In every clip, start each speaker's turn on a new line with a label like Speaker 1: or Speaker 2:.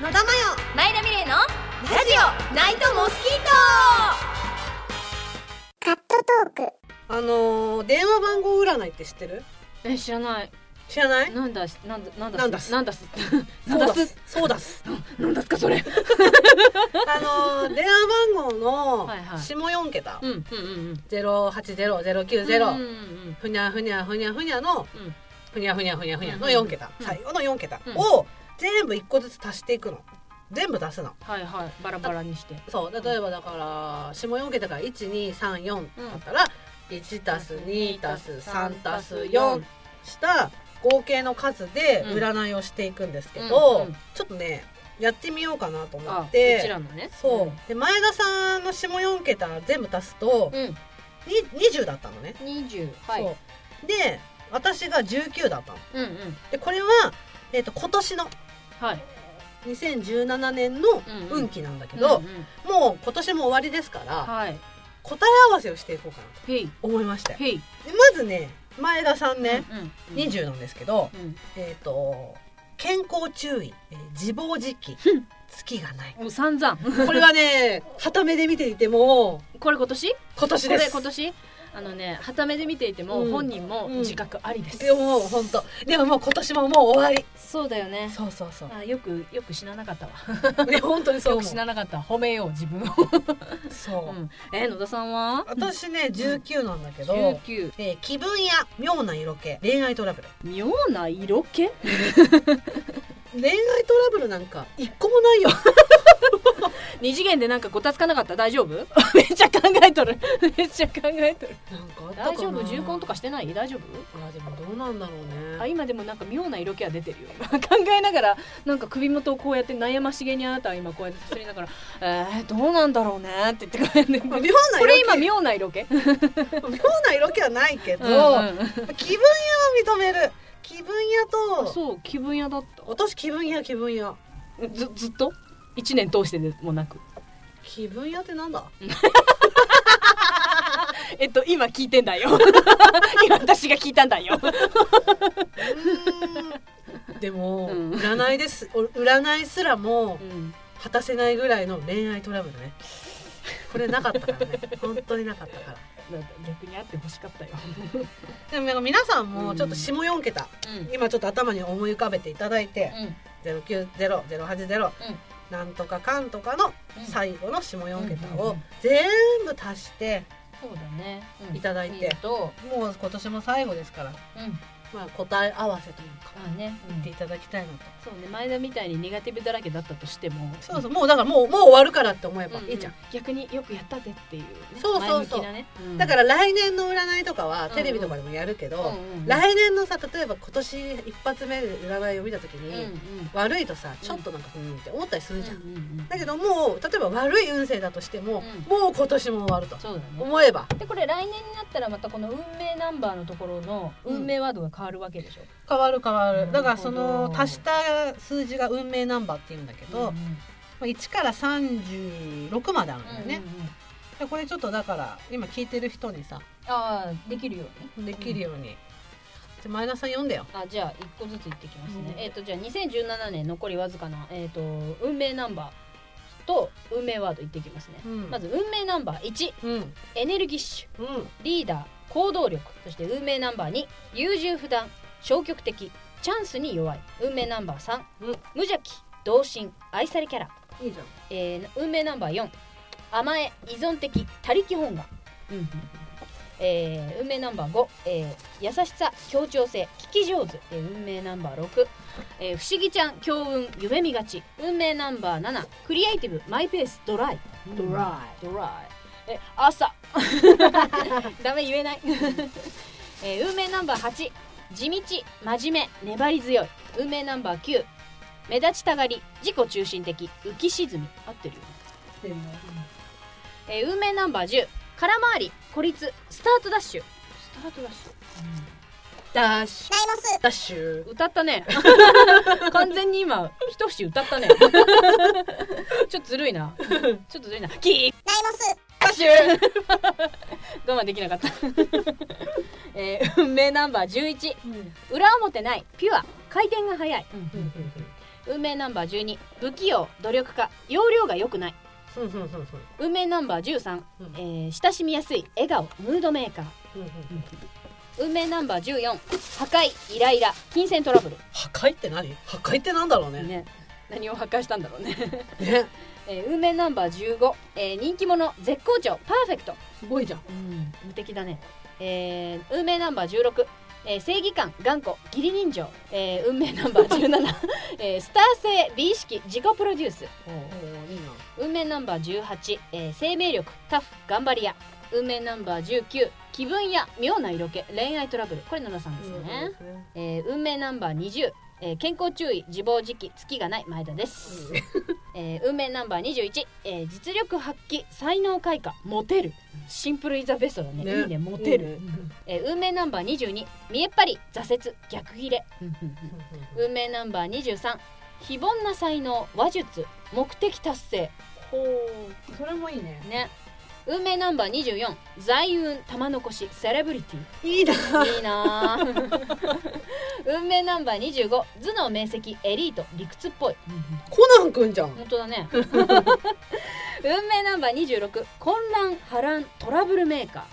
Speaker 1: 野田真よ
Speaker 2: 前田美玲のラジオナイトモスキー
Speaker 3: カットトーク
Speaker 1: あのー、電話番号占いって知ってる
Speaker 2: トえ知らない
Speaker 1: 知らない
Speaker 2: なんだしなんだなんだ
Speaker 1: なんだす
Speaker 2: なんだすな
Speaker 1: そ
Speaker 2: ん
Speaker 1: う
Speaker 2: だ
Speaker 1: だ
Speaker 2: す
Speaker 1: す そうだす
Speaker 2: なんだすかそれ
Speaker 1: あのー、電話番号の
Speaker 2: はいはい
Speaker 1: 下4桁
Speaker 2: うんうんうんうん
Speaker 1: 080090
Speaker 2: うん
Speaker 1: ふにゃふにゃふにゃふにゃの
Speaker 2: うん
Speaker 1: ふにゃふにゃふにゃふにゃの
Speaker 2: うん
Speaker 1: 4桁
Speaker 2: うん
Speaker 1: 最後の4桁
Speaker 2: うん
Speaker 1: を全部1個ずつ足していくの全部出すの
Speaker 2: はいはいバラバラにして
Speaker 1: そう例えばだから下4桁が1234だったら1足す2足す3足す4した合計の数で占いをしていくんですけど、
Speaker 2: うんうん
Speaker 1: ちょっとねやってみようかなと思
Speaker 2: あ
Speaker 1: っ
Speaker 2: うち
Speaker 1: て
Speaker 2: らのね
Speaker 1: そうで前田さんの下4桁全部足すと
Speaker 2: うんうん
Speaker 1: に20だったのね、
Speaker 2: 二十はい
Speaker 1: そううで私が19だったの
Speaker 2: んうん
Speaker 1: でこれは、えっと今年の
Speaker 2: はい
Speaker 1: 2017年の
Speaker 2: うんうん
Speaker 1: 運気なんだけど、
Speaker 2: うんうん
Speaker 1: もう今年も終わりですから
Speaker 2: はい
Speaker 1: 答え合わせをしていこうかなと
Speaker 2: へい
Speaker 1: 思いましたよ
Speaker 2: へい
Speaker 1: でまずね前田さんね、
Speaker 2: うんうん
Speaker 1: 20なんですけど、
Speaker 2: うん
Speaker 1: えっ、と健康注意、えー自暴自棄
Speaker 2: うん
Speaker 1: 月がない
Speaker 2: もう散々
Speaker 1: これはね傍目で見ていても
Speaker 2: これ今年
Speaker 1: 今年
Speaker 2: こ
Speaker 1: で
Speaker 2: れ
Speaker 1: す
Speaker 2: 今年あのねはためで見ていても、
Speaker 1: うん
Speaker 2: 本人も
Speaker 1: うん
Speaker 2: 自覚ありです、
Speaker 1: でももう本当でももう今年ももう終わり
Speaker 2: そうだよね
Speaker 1: そうそうそ
Speaker 2: あよくよく死ななかったわ
Speaker 1: うね本当にそう
Speaker 2: よ
Speaker 1: 思
Speaker 2: く
Speaker 1: う
Speaker 2: 死ななかった褒めよう自分を、
Speaker 1: そう、
Speaker 2: うん、え野田さんは
Speaker 1: 私ね19なんだけど、
Speaker 2: 19
Speaker 1: えー気分や妙な色気恋愛トラブル
Speaker 2: 妙な色気
Speaker 1: 恋愛トラブルなんか一個もないよ
Speaker 2: 二次元でなんかごたつかなかった大丈夫 めっちゃ考えとるめっちゃ考えとる
Speaker 1: なんかあったかな
Speaker 2: 大丈夫重婚とかしてない大丈夫
Speaker 1: あでもどうなんだろうね
Speaker 2: あ今でもなんか妙な色気は出てるよ 考えながらなんか首元をこうやって悩ましげにあなたは今こうやってすすりながら「えー、どうなんだろうね」って言って帰って
Speaker 1: まあ
Speaker 2: こ
Speaker 1: 妙な色
Speaker 2: れ
Speaker 1: 気
Speaker 2: 今妙な色気
Speaker 1: 妙な色気はないけど、気分屋は認める気分屋と
Speaker 2: そう気分屋だった
Speaker 1: 私気分屋気分屋
Speaker 2: ずずっと1年通してでもなく
Speaker 1: 気分屋ってなんだ
Speaker 2: えっと今聞いてんだ よ今私が聞いたんだよ
Speaker 1: う ーんでも、
Speaker 2: うん
Speaker 1: 占いですお占いすらも
Speaker 2: うん
Speaker 1: 果たせないぐらいの恋愛トラブルねこれなかったから ね本当になかったから
Speaker 2: なんか逆にあってほしかったよ
Speaker 1: でもなんか皆さんもちょっと下4桁、
Speaker 2: うん
Speaker 1: 今ちょっと頭に思い浮かべていただいて、090080、なんとかかんとかの最後の下4桁
Speaker 2: うんうんう
Speaker 1: を
Speaker 2: ん
Speaker 1: 全部足して
Speaker 2: そうだね、
Speaker 1: いただいて
Speaker 2: えっと、
Speaker 1: もう今年も最後ですから、
Speaker 2: うん、
Speaker 1: まあ、答え合わせというか
Speaker 2: あね、
Speaker 1: 言っていただきたいなと、
Speaker 2: そうね前田みたいにネガティブだらけだったとしても
Speaker 1: そうそうもうだからもうもう終わるからって思えば
Speaker 2: うん
Speaker 1: いいじゃん、
Speaker 2: 逆によくやったぜっていうね、
Speaker 1: そうそうそう
Speaker 2: 前向きなね、
Speaker 1: だから来年の占いとかはテレビとかでもやるけど、来年のさ例えば今年一発目で占いを見た時
Speaker 2: うん
Speaker 1: に、
Speaker 2: うん
Speaker 1: 悪いとさちょっとなんかうんって思ったりするじゃん、
Speaker 2: うんうん
Speaker 1: だけどもう例えば悪い運勢だとしても、もう今年も終わると
Speaker 2: そうだね
Speaker 1: 思えば
Speaker 2: でこれ来年になったらまたこの運命ナンバーのところの運命ワードが変わるわけでしょ、
Speaker 1: 変わる変わ
Speaker 2: なるほど
Speaker 1: だからその足した数字が運命ナンバーっていうんだけ
Speaker 2: うん
Speaker 1: ど、まあ1から36まであるんだよね、でこれちょっとだから今聞いてる人にさ
Speaker 2: ああできるように
Speaker 1: できるように、じゃあ前田さん読んだよ
Speaker 2: あじゃあ一個ずついってきますね、
Speaker 1: うん
Speaker 2: えっ、とじゃあ2017年残りわずかな、えっと運命ナンバーと運命ワードいってきますね、
Speaker 1: うん
Speaker 2: まず運命ナンバー1
Speaker 1: うんうん
Speaker 2: エネルギッシュリーダー行動力そして運命ナンバー2優柔不断消極的チャンスに弱い運命ナンバー3、
Speaker 1: うん
Speaker 2: 無邪気童心愛されキャラ、
Speaker 1: いいじゃん
Speaker 2: えー運命ナンバー4甘え依存的他力本願、えー運命ナンバー5、えー優しさ協調性聞き上手、えー運命ナンバー6、えー不思議ちゃん強運夢見がち運命ナンバー7クリエイティブマイペースドライ
Speaker 1: ドラ
Speaker 2: ドライえ朝 ダメ言えない、 えー運命ナンバー8地道真面目粘り強い運命ナンバー9目立ちたがり自己中心的浮き沈み合ってるよね
Speaker 1: イ
Speaker 2: えー運命ナンバー10空回り孤立スタートダッシュスタートダッシ
Speaker 1: ダッシュ
Speaker 3: なります
Speaker 1: ダッシュ
Speaker 2: ュ歌ったね完全に今一節歌ったねちょっとずるいなちょっとずるいなキー
Speaker 3: なります
Speaker 2: 歌手我慢できなかった、えー運命ナンバー11裏表ないピュア回転が速い、運命ナンバー12不器用努力家容量が良くない
Speaker 1: ふんふんふんふん
Speaker 2: 運命ナンバー13、
Speaker 1: うん
Speaker 2: えー親しみやすい笑顔ムードメーカー
Speaker 1: ふんふんふん
Speaker 2: 運命ナンバー14破壊イライラ金銭トラブル、
Speaker 1: 破壊って何破壊ってなんだろうねね
Speaker 2: ね、何を破壊したんだろうね、えー運命ナンバー15、えー人気者絶好調パーフェクト、
Speaker 1: すごいじゃん
Speaker 2: うん、無敵だね、えー運命ナンバー16えー正義感頑固義理人情、えー運命ナンバー17、えー スター性美意識自己プロデュース
Speaker 1: おーいいな
Speaker 2: 運命ナンバー18、えー生命力タフ頑張り屋運命ナンバー19気分や妙な色気恋愛トラブルこれ野田さんですね、えー運命ナンバー20、えー健康注意自暴自棄月がない前田です、えー運命ナンバー21、えー実力発揮才能開花モテるシンプルイザベストだね
Speaker 1: ね
Speaker 2: いいねモテる
Speaker 1: いいね
Speaker 2: えー運命ナンバー22見えっ張り挫折逆切れ運命ナンバー23非凡な才能話術目的達成
Speaker 1: ほうそれもいいね
Speaker 2: ね運命ナンバー24財運玉残しセレブリティ
Speaker 1: いいない
Speaker 2: いな ぁ運命ナンバー25頭脳明晰エリート理屈っぽい
Speaker 1: コナンくんじゃん
Speaker 2: 本当だね 運命ナンバー26混乱波乱トラブルメーカ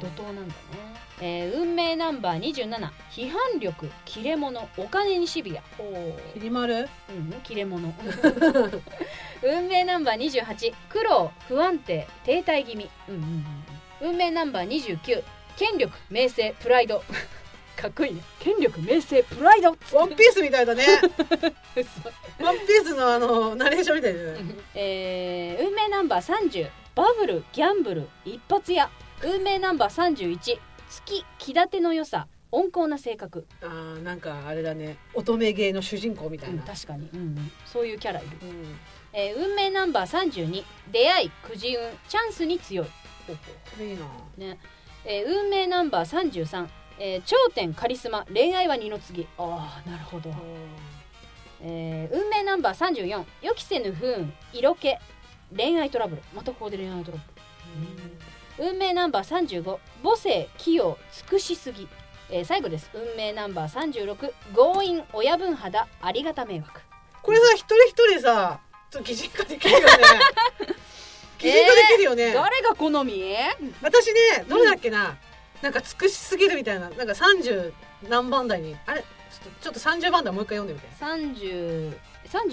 Speaker 2: ー怒涛なんだね、えー運命ナンバー27批判力切れ者お金にシビア
Speaker 1: ひりまる
Speaker 2: うん、切れ者 運命ナンバー28苦労不安定停滞気味、うんうんうん、運命ナンバー29権力名声プライド かっこいいね権力名声プライド
Speaker 1: ワンピースみたいだねワンピースのあのナレーションみたいだね
Speaker 2: えー、運命ナンバー30バブルギャンブル一発屋運命ナンバー31月気立ての良さ温厚な性格、
Speaker 1: あーなんかあれだね乙女芸の主人公みたい
Speaker 2: うん
Speaker 1: な
Speaker 2: 確かに、うんうん、そういうキャラいる、
Speaker 1: うん
Speaker 2: えー運命ナンバー32出会いくじ運チャンスに強い
Speaker 1: これいいな
Speaker 2: えー運命ナンバー33、えー頂点カリスマ恋愛は二の次ああなるほど、えー運命ナンバー34予期せぬ不運色気恋愛トラブルまたここで恋愛トラブル運命ナンバー35母性器用尽くしすぎ、えー最後です運命ナンバー36強引親分肌ありがた迷惑
Speaker 1: これさ一人一人さちょっと擬人化できる よね擬人化できるよね、
Speaker 2: 誰が好み
Speaker 1: 私ねどれだっけな、なんか尽くしすぎるみたいななんか30何番台にあれちょっとちょっと30番台もう一回読んでみて
Speaker 2: ?3030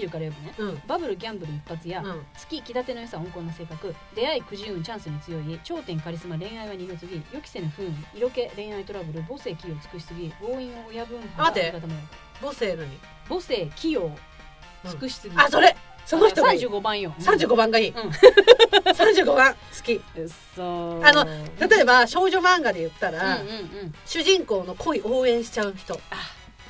Speaker 2: から読むね
Speaker 1: うん
Speaker 2: バブルギャンブル一発や、
Speaker 1: うん
Speaker 2: 月気立ての良さ温厚な性格出会いくじ運チャンスに強い頂点カリスマ恋愛は二の次予期せぬ不運色気恋愛トラブル母性器用尽くしすぎ強引を親分
Speaker 1: 待って
Speaker 2: 肌のよ
Speaker 1: 母性何
Speaker 2: う母性器用尽くしすぎ、
Speaker 1: あそれその人がいい
Speaker 2: 35番よ
Speaker 1: 35番がいい、
Speaker 2: うん
Speaker 1: 35番好き
Speaker 2: そう
Speaker 1: あの例えば少女漫画で言ったら、
Speaker 2: うんうんうん
Speaker 1: 主人公の恋応援しちゃう人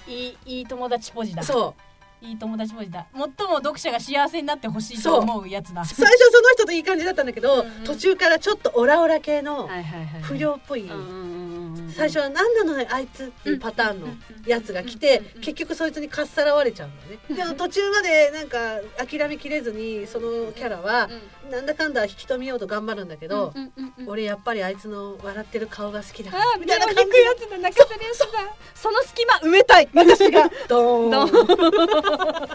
Speaker 2: いいいい友達ポジだ
Speaker 1: そう
Speaker 2: いい友達ポジだ最も読者が幸せになってほしいと思うやつだ
Speaker 1: 最初その人といい感じだったんだけど、
Speaker 2: うんうん
Speaker 1: 途中からちょっとオラオラ系の
Speaker 2: はいはいはい
Speaker 1: 不良っぽ
Speaker 2: う
Speaker 1: い、
Speaker 2: んうんうんうんうん
Speaker 1: 最初は何なのよあいつっていうパターンのやつが来て、
Speaker 2: うんうんうん
Speaker 1: 結局そいつにかっさらわれちゃうんだよねでも途中までなんか諦めきれずにそのキャラはなんだかんだ引き止めようと頑張るんだけど、
Speaker 2: うんうんうんうん
Speaker 1: 俺やっぱりあいつの笑ってる顔が好きだ
Speaker 2: ああ
Speaker 1: み
Speaker 2: み
Speaker 1: た
Speaker 2: た
Speaker 1: い
Speaker 2: いな
Speaker 1: な感
Speaker 2: 感
Speaker 1: じ
Speaker 2: じ
Speaker 1: の
Speaker 2: やつだ泣かされやつだその隙間埋めたい
Speaker 1: 私がドーン
Speaker 2: ド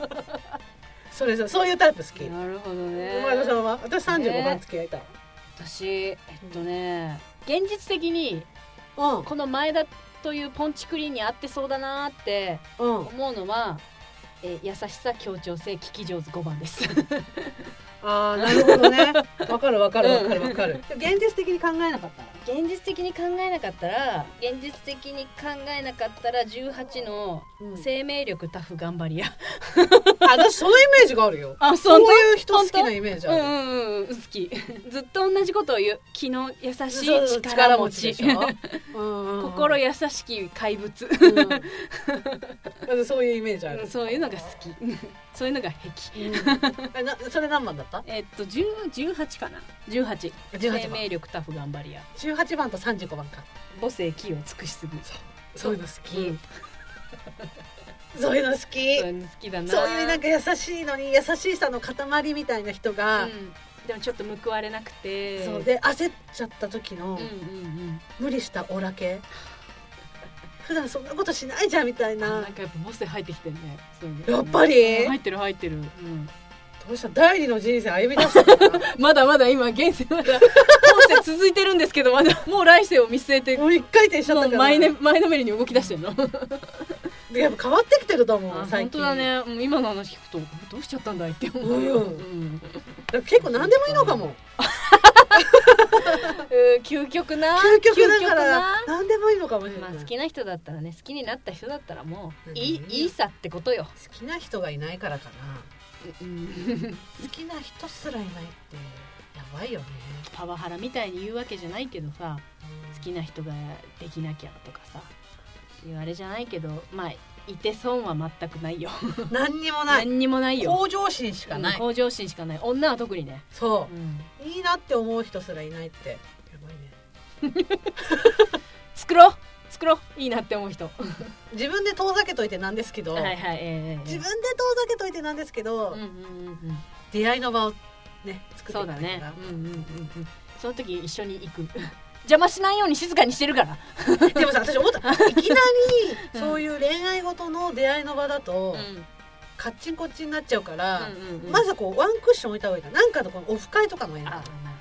Speaker 1: それぞれそういうタイプ好き、
Speaker 2: なるほどね
Speaker 1: 前田さんは私35番付き合いたい、
Speaker 2: 私えっとね現実的に
Speaker 1: うん
Speaker 2: この前田というポンチクリーンに合ってそうだなーって
Speaker 1: うん
Speaker 2: 思うのはえ優しさ協調性聞き上手5番です
Speaker 1: ああなるほどね わかるわかるわかるわかる、現実的に考えなかったら
Speaker 2: 現実的に考えなかったら現実的に考えなかったら18の
Speaker 1: うん
Speaker 2: 生命力タフ頑張りや
Speaker 1: あ私そのイメージがあるよ
Speaker 2: あ
Speaker 1: そ
Speaker 2: そうう
Speaker 1: いう人好きなイメージ
Speaker 2: う
Speaker 1: あ
Speaker 2: ん
Speaker 1: る、
Speaker 2: うんうんうん好き ずっと同じことを言う気の優し
Speaker 1: そう
Speaker 2: い力持ち
Speaker 1: でし ょ、うんうんうん
Speaker 2: 心優しき怪物
Speaker 1: うん私そういうイメージある、
Speaker 2: そういうのが好き そういうのが癖
Speaker 1: うんえなそれ何番だった
Speaker 2: えっと10 18かな18
Speaker 1: 18
Speaker 2: 生
Speaker 1: 番
Speaker 2: 命力タフ頑張りや
Speaker 1: 18番と35番か
Speaker 2: 母性器用尽くしすぎ
Speaker 1: そういうの好き、
Speaker 2: うん
Speaker 1: そういうの好き
Speaker 2: そういうの好きだな
Speaker 1: そういうなんか優しいのに優しさの塊みたいな人が、
Speaker 2: うんでもちょっと報われなくて
Speaker 1: そうで焦っちゃった時
Speaker 2: う
Speaker 1: の
Speaker 2: んうんうん
Speaker 1: 無理したオラ系普段そんなことしないじゃんみたいな
Speaker 2: なんかやっぱ母性入ってきてるねそういうの
Speaker 1: やっぱり
Speaker 2: 入ってる入ってる、うん、
Speaker 1: どうした第二の人生歩み出した から
Speaker 2: まだまだ今現世まだ本世続いてるんですけどまだもう来世を見据えて
Speaker 1: もう一回転しちゃっ
Speaker 2: も
Speaker 1: た
Speaker 2: う
Speaker 1: から
Speaker 2: 前,、ね、前のめりに動き出してるの
Speaker 1: でやっぱ変わってきてると思う
Speaker 2: あ
Speaker 1: 最
Speaker 2: 本
Speaker 1: 近
Speaker 2: 当だねうん今の話聞くとどうしちゃったんだいって思う、
Speaker 1: うん
Speaker 2: うん
Speaker 1: だから結構何でもいいのかも
Speaker 4: うん究極な
Speaker 1: 究極だか
Speaker 4: 究極
Speaker 1: ら
Speaker 4: な
Speaker 1: 何でもいいのかもしれ
Speaker 4: ま
Speaker 1: な
Speaker 4: あ
Speaker 1: い、
Speaker 4: 好
Speaker 1: 好
Speaker 4: きな人だったらね好きになった人だったらもう
Speaker 1: うん
Speaker 4: いいいいさってことよ、
Speaker 1: きな人がいないからかな
Speaker 2: うん
Speaker 1: 好きな人すらいないってやばいよね
Speaker 2: パワハラみたいに言うわけじゃないけどさ好きな人ができなきゃとかさ言われじゃないけどまあいて損は全くないよ
Speaker 1: 何にもない
Speaker 2: 何にもないよ
Speaker 1: 向上心しかない、
Speaker 2: うん向上心しかない女は特にね、
Speaker 1: そうう、
Speaker 2: ん
Speaker 1: いいなって思う人すらいないってやばいね
Speaker 2: 作ろう作ろういいなって思う人は
Speaker 1: 自分で遠ざけといてなんですけど、
Speaker 2: いはいええ
Speaker 1: 自分で遠ざけといてなんですけど、
Speaker 2: うんうんうんうん
Speaker 1: 出会いの場をね作っ
Speaker 2: そう
Speaker 1: てい
Speaker 2: だ
Speaker 1: かない
Speaker 2: ね
Speaker 1: から
Speaker 2: うんうんうんうんその時一緒に行く 邪魔しないように静かにしてるから
Speaker 1: でもさ私思ったいきなりそういう恋愛ごとの出会いの場だと、カッチンコッチンになっちゃうから、ま
Speaker 2: ず
Speaker 1: ずこうワンクッション置いた方がいいななんかのこのオフ会とかのや
Speaker 2: あなる
Speaker 1: な
Speaker 2: ほどなる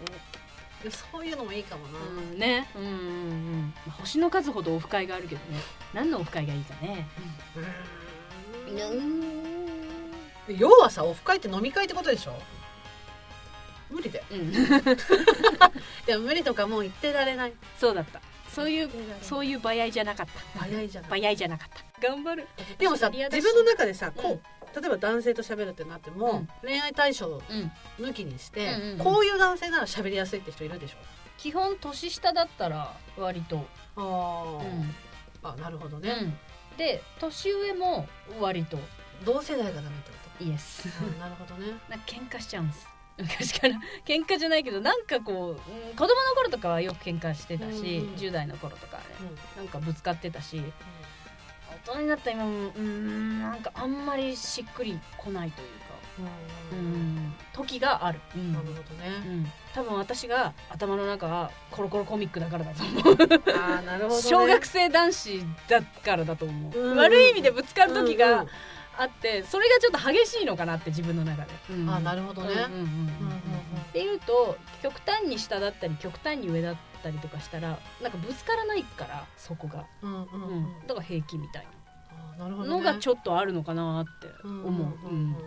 Speaker 2: ほど
Speaker 1: そういうのもいいかもな、
Speaker 2: うんね、うんうんうんまあ、星の数ほどオフ会があるけどね何のオフ会がいいかね、
Speaker 1: で要はさオフ会って飲み会ってことでしょ無理だよ
Speaker 2: うん
Speaker 1: でも無理とかもう言ってられない
Speaker 2: そうだったそういう
Speaker 1: そ
Speaker 2: そうういう場合じゃなかった
Speaker 1: 早いじゃない
Speaker 2: 場合じゃなかった頑張る
Speaker 1: でもさ
Speaker 2: リア
Speaker 1: 自
Speaker 2: だし
Speaker 1: 分の中でさこ
Speaker 2: うん
Speaker 1: う、例えば男性と喋るってなっても、
Speaker 2: うん
Speaker 1: 恋愛対象
Speaker 2: うん
Speaker 1: 抜きにして、
Speaker 2: うんうんうん
Speaker 1: こういう男性なら喋りやすいって人いるでしょ
Speaker 4: 基本年下だったら割と、
Speaker 1: あ
Speaker 4: う
Speaker 1: ー、
Speaker 4: ん
Speaker 1: あなるほど
Speaker 4: う
Speaker 1: ね、
Speaker 4: ん、で年上も割と
Speaker 1: 同世代がダメってこ
Speaker 4: イエス
Speaker 1: と、あなるほどね
Speaker 4: なんか喧嘩しちゃうんです昔から喧嘩じゃないけどなんかこう、うん、子供の頃とかはよく喧嘩してたし、
Speaker 1: うんうん
Speaker 4: 10代の頃とかはね
Speaker 1: う
Speaker 4: な
Speaker 1: ん
Speaker 4: んかぶつかってたし大人になった今もうーんなんかあんまりしっくりこないというかう
Speaker 1: うん
Speaker 4: ん時がある、うん
Speaker 1: なるほどね
Speaker 4: うん多分私が頭の中はコロコロコミックだからだと思う
Speaker 1: ああなるほど、ね、
Speaker 2: 小学生男子だからだと思う、
Speaker 1: うん
Speaker 2: 悪い意味でぶつかる
Speaker 1: の
Speaker 2: 時
Speaker 1: 時
Speaker 2: が
Speaker 1: が、
Speaker 2: あってそれがちょっと激しいのかなって自分の中で、
Speaker 1: ああーな
Speaker 2: る
Speaker 1: るほどね、
Speaker 2: うんうんうんうんっていうと極端に下だったり極端に上だったりとかしたらなんかぶつからないからそこが、
Speaker 1: うんうんう
Speaker 2: うんん
Speaker 1: うん
Speaker 4: だから平気みたい
Speaker 1: あーなるほ
Speaker 2: な
Speaker 1: ど
Speaker 2: の
Speaker 1: ね
Speaker 2: がちょっとあるのかなって
Speaker 1: うん
Speaker 2: 思う、
Speaker 1: うんうんうんうん